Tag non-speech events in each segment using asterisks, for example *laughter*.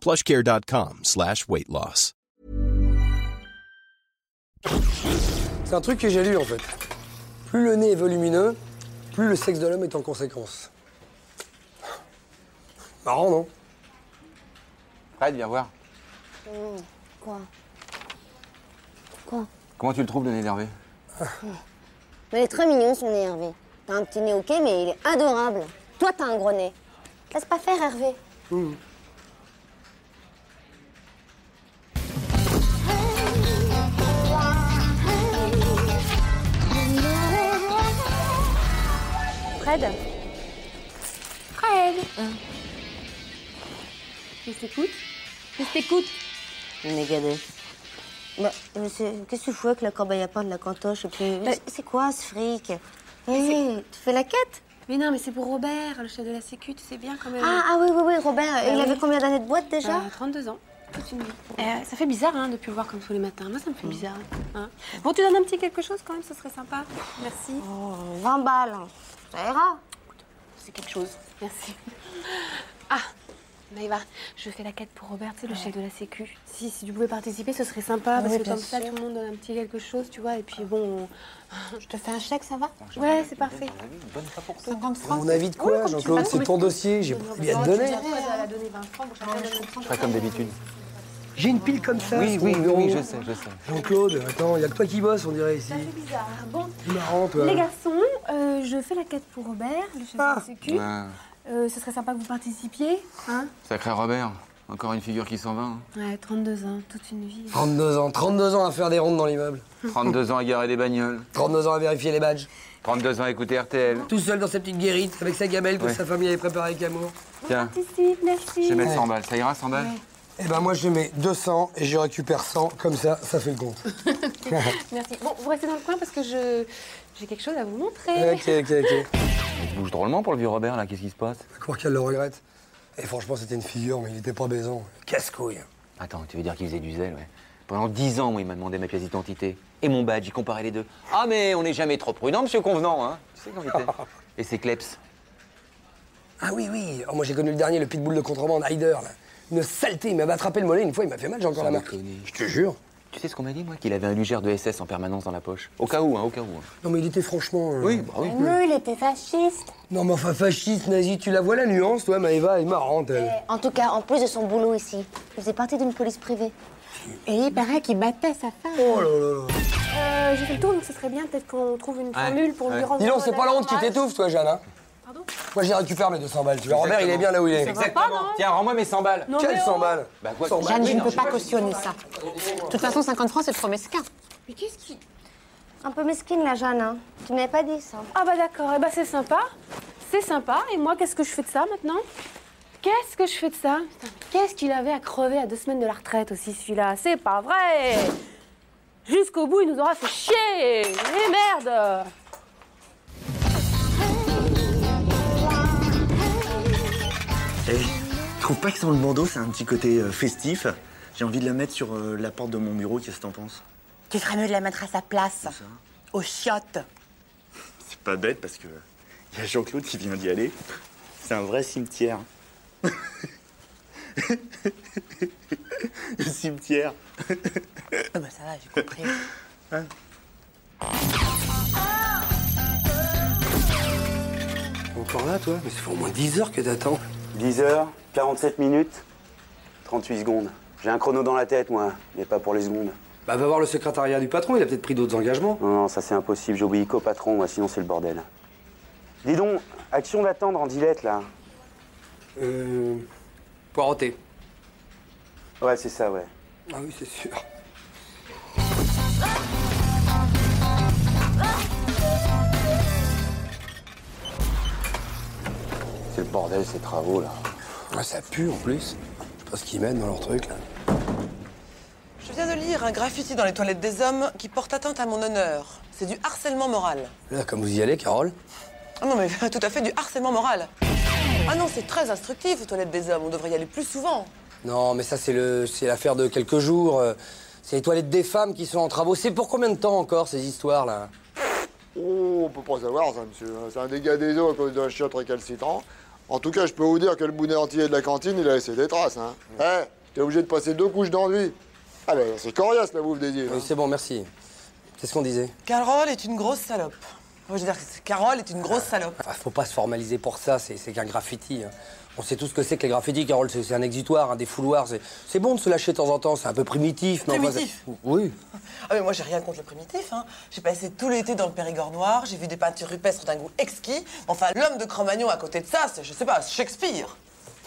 plushcare.com slash weight loss. C'est un truc que j'ai lu en fait. Plus le nez est volumineux, plus le sexe de l'homme est en conséquence. Marrant, non Fred, viens voir. Quoi Quoi Comment tu le trouves, le nez énervé Mais il est très mignon son nez, Hervé. T'as un petit nez ok, mais il est adorable. Toi, t'as un gros nez. Te Laisse pas faire, Hervé. Fred Fred Qu'est-ce que t'écoutes Qu'est-ce que t'écoutes Négadé. Bah, mais c'est- qu'est-ce que tu fous avec la corbeille à pain de la cantoche et puis... Mais- c'est- C'est quoi ce fric Hé, Tu fais la quête Mais non, mais c'est pour Robert, le chef de la sécu, tu sais bien quand même. ah, ah oui, oui, oui, Robert, il oui. avait combien d'années de boîte déjà Bah, 32 ans. Toute une vie. Euh, ça fait bizarre hein, de plus le voir comme tous les matins. Moi, ça me fait bizarre. hein. Bon, tu donnes un petit quelque chose quand même, ce serait sympa. Merci. Oh, 20 balles, ça ira. C'est quelque chose. Merci. *laughs* Ah, Maïva, je fais la quête pour Robert, c'est le chef de la Sécu. Si, si tu pouvais participer, ce serait sympa, parce Oui, que bien comme ça, sûr. tout le monde donne un petit quelque chose, tu vois, et puis bon. *laughs* Je te fais un chèque, ça va on- Ouais, c'est parfait. Bonne fois pour toi. 50 francs Mon avis de Ah, Oui, quoi, comme tu Jean-Claude veux. C'est ton dossier, j'ai pas bien te donner. donner 20 francs, bon, chacun donne un franc. Pas comme d'habitude. J'ai une pile comme ça. Oui, c'est oui, ton oui, bureau. oui, je sais, je sais. Jean-Claude, attends, y a que toi qui bosse, on dirait ici. C'est bizarre. Bon, Marrant, toi. les garçons, euh, je fais la quête pour Robert, le chef de Ah. la Sécu. Ouais. Euh, ce serait sympa que vous participiez, hein Sacré Robert. Encore une figure qui s'en va. hein. Ouais, 32 ans, toute une vie. 32 ans, 32 ans à faire des rondes dans l'immeuble. 32 ans à garer des bagnoles. 32 ans à vérifier les badges. 32 ans à écouter RTL. Tout seul dans sa petite guérite, avec sa gamelle que Ouais. sa famille avait préparée avec amour. Tiens, Participe, je merci. vais mettre 100 balles. Ça ira, 100 balles Eh ben moi je mets 200 et je récupère 100, comme ça, ça fait le compte. *laughs* Merci. Bon, vous restez dans le coin parce que je j'ai quelque chose à vous montrer. ok, ok, ok. Il bouge drôlement pour le vieux Robert, là. Qu'est-ce qui se passe Je crois qu'elle le regrette. Et franchement c'était une figure, mais il était pas baisant. Casse-couille. Attends, tu veux dire qu'il faisait du zèle, ouais. Pendant 10 ans, moi, il m'a demandé ma pièce d'identité et mon badge. Il comparait les deux. Ah, mais on n'est jamais trop prudent, monsieur Convenant, hein. Tu sais quand *laughs* j'étais. Et c'est Kleps. Ah oui, oui. Oh, moi j'ai connu le dernier, le pitbull de contrebande, Hyder. Là. Une saleté, il m'avait attrapé le mollet une fois, il m'a fait mal, j'ai encore Sans la marque. déconner. Je te jure. Tu sais ce qu'on m'a dit, moi Qu'il avait un lugère de SS en permanence dans la poche. Au cas où, hein, au cas où. hein. Non mais il était franchement... euh, bah oui. Nous, il était fasciste. Non mais enfin fasciste, nazi, tu la vois la nuance, toi Maëva, elle est marrante elle. En tout cas, en plus de son boulot ici, il faisait partie d'une police privée. Et il paraît qu'il battait sa femme. Oh là là là. Euh, j'ai fait le tour, donc ce serait bien peut-être qu'on trouve une Ouais. formule pour Ouais. lui rendre. Dis donc, c'est pas la honte qui hommage. t'étouffe toi Jeanne, hein Pardon Moi j'y récupère mes 200 balles, tu vois. Robert il est Exactement. bien là où il est. Exactement. pas, non Tiens, rends-moi mes 100 balles. Non, Quelles mais 100 oh. balles Bah quoi 100 que- balles. Jeanne, je ne peux pas cautionner ça. De toute façon, 50 francs, c'est trop mesquin. Mais qu'est-ce qui. Un peu mesquine, la Jeanne. Hein. Tu m'avais pas dit ça. Ah bah d'accord, et bah c'est sympa. C'est sympa. Et moi, qu'est-ce que je fais de ça maintenant Qu'est-ce que je fais de ça Putain, Qu'est-ce qu'il avait à crever à deux semaines de la retraite aussi, celui-là C'est pas vrai Jusqu'au bout, il nous aura fait chier Et merde Eh, je trouve pas que sans le bandeau, c'est un petit côté euh, festif. J'ai envie de la mettre sur euh, la porte de mon bureau, qu'est-ce que t'en penses Tu ferais mieux de la mettre à sa place. Aux chiottes. C'est pas bête parce que il y a Jean-Claude qui vient d'y aller. C'est un vrai cimetière. *laughs* Le cimetière. Ah bah ça va, j'ai compris. Encore là toi Mais ça fait au moins 10 heures que t'attends. 10 heures, 47 minutes, 38 secondes. J'ai un chrono dans la tête, moi, mais pas pour les secondes. Bah va voir le secrétariat du patron, il a peut-être pris d'autres engagements. Non, non, ça c'est impossible, j'obéis qu'au patron, moi, sinon c'est le bordel. Dis donc, action d'attendre en dilette, là. Euh... Poireauté. Ouais, c'est ça, ouais. Ah oui, c'est sûr. C'est le bordel, ces travaux, là. Ah, ça pue en plus. Je sais pas ce qu'ils mènent dans leur truc là. Je viens de lire un graffiti dans les toilettes des hommes qui porte atteinte à mon honneur. C'est du harcèlement moral. Là, comme vous y allez, Carole. Ah non, mais *laughs* tout à fait du harcèlement moral. Ah non, c'est très instructif aux toilettes des hommes. On devrait y aller plus souvent. Non, mais ça, c'est le, c'est l'affaire de quelques jours. euh, C'est les toilettes des femmes qui sont en travaux. C'est pour combien de temps encore, ces histoires-là Oh, on peut pas savoir ça, monsieur. hein. C'est un dégât des eaux à cause d'un chiotte récalcitrant. En tout cas, je peux vous dire que le bounet entier de la cantine, il a laissé des traces. Hein. Eh, t'es obligé de passer deux couches d'enduit. Ah ben, c'est coriace, la bouffe des îles. Oui, hein. c'est bon, merci. Qu'est-ce qu'on disait Carole est une grosse salope. Moi, je veux dire, c'est- Carole est une grosse salope. Ah, faut pas se formaliser pour ça, c'est c'est qu'un graffiti. hein. On sait tout ce que c'est que les graffitis, Carole, c'est c'est un exitoire, un défouloir. c'est- C'est bon de se lâcher de temps en temps, c'est un peu primitif. mais enfin, Primitif c'est- Oui. Ah mais moi j'ai rien contre le primitif. Hein. J'ai passé tout l'été dans le Périgord noir, j'ai vu des peintures rupestres d'un goût exquis. Enfin l'homme de Cro-Magnon à côté de ça, c'est je sais *laughs* pas, Shakespeare.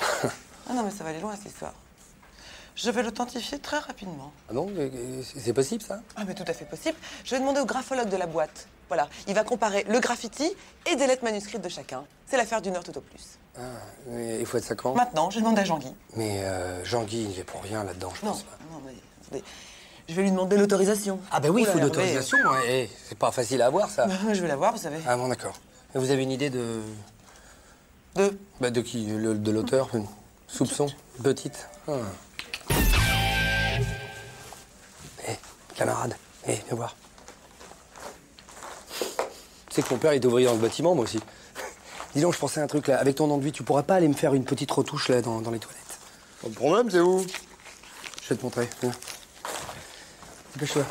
ah non mais ça va aller loin cette histoire. Je vais l'authentifier très rapidement. Ah bon euh, c'est- C'est possible, ça Ah mais tout à fait possible. Je vais demander au graphologue de la boîte. Voilà, il va comparer le graffiti et des lettres manuscrites de chacun. C'est l'affaire d'une heure tout au plus. Mais Il faut être ça quand Maintenant, je demande à Jean-Guy. Mais euh, Jean-Guy, il n'y est pour rien là-dedans, je Non, pense pas. non mais attendez. Je vais lui demander l'autorisation. Ah bah oui, il Oula, faut Hervé. l'autorisation. hein, eh, c'est pas facile à avoir, ça. euh, Je vais la voir, vous savez. Ah bon, d'accord. Et Vous avez une idée de... Deux. Bah, de qui Le- De l'auteur Soupçon Petite Ah. Eh, camarade, eh, viens voir. Tu sais que mon père, il est ouvrier dans le bâtiment, moi aussi. *laughs* Dis donc, je pensais à un truc, là. Avec ton enduit, tu pourrais pas aller me faire une petite retouche, là, dans, dans les toilettes Pas de problème, c'est vous. Je vais te montrer, viens. Dépêche-toi.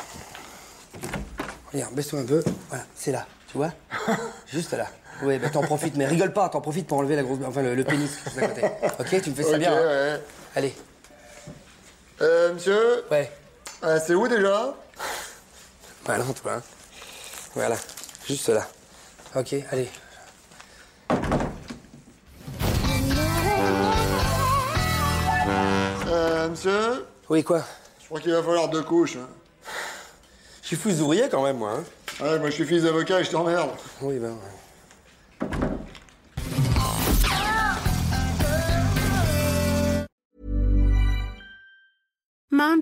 Regarde, baisse-toi un peu. Voilà, c'est là, tu *laughs* vois Juste là. Oui, bah t'en profites, mais rigole pas, t'en profites pour enlever la grosse... Enfin, le, le pénis qui est juste à côté. Ok, tu me fais ça Ok, bien. hein ouais. Allez, Euh, monsieur, ouais. euh, c'est où déjà Bah non, toi. hein. Voilà, juste là. Ok, allez. euh, Monsieur, Oui, quoi je crois qu'il va falloir deux couches. hein. Je suis fous ouvrier quand même, moi. hein. Ouais, moi je suis fils d'avocat et je t'emmerde. Oui, ben... ouais. Ah. Mom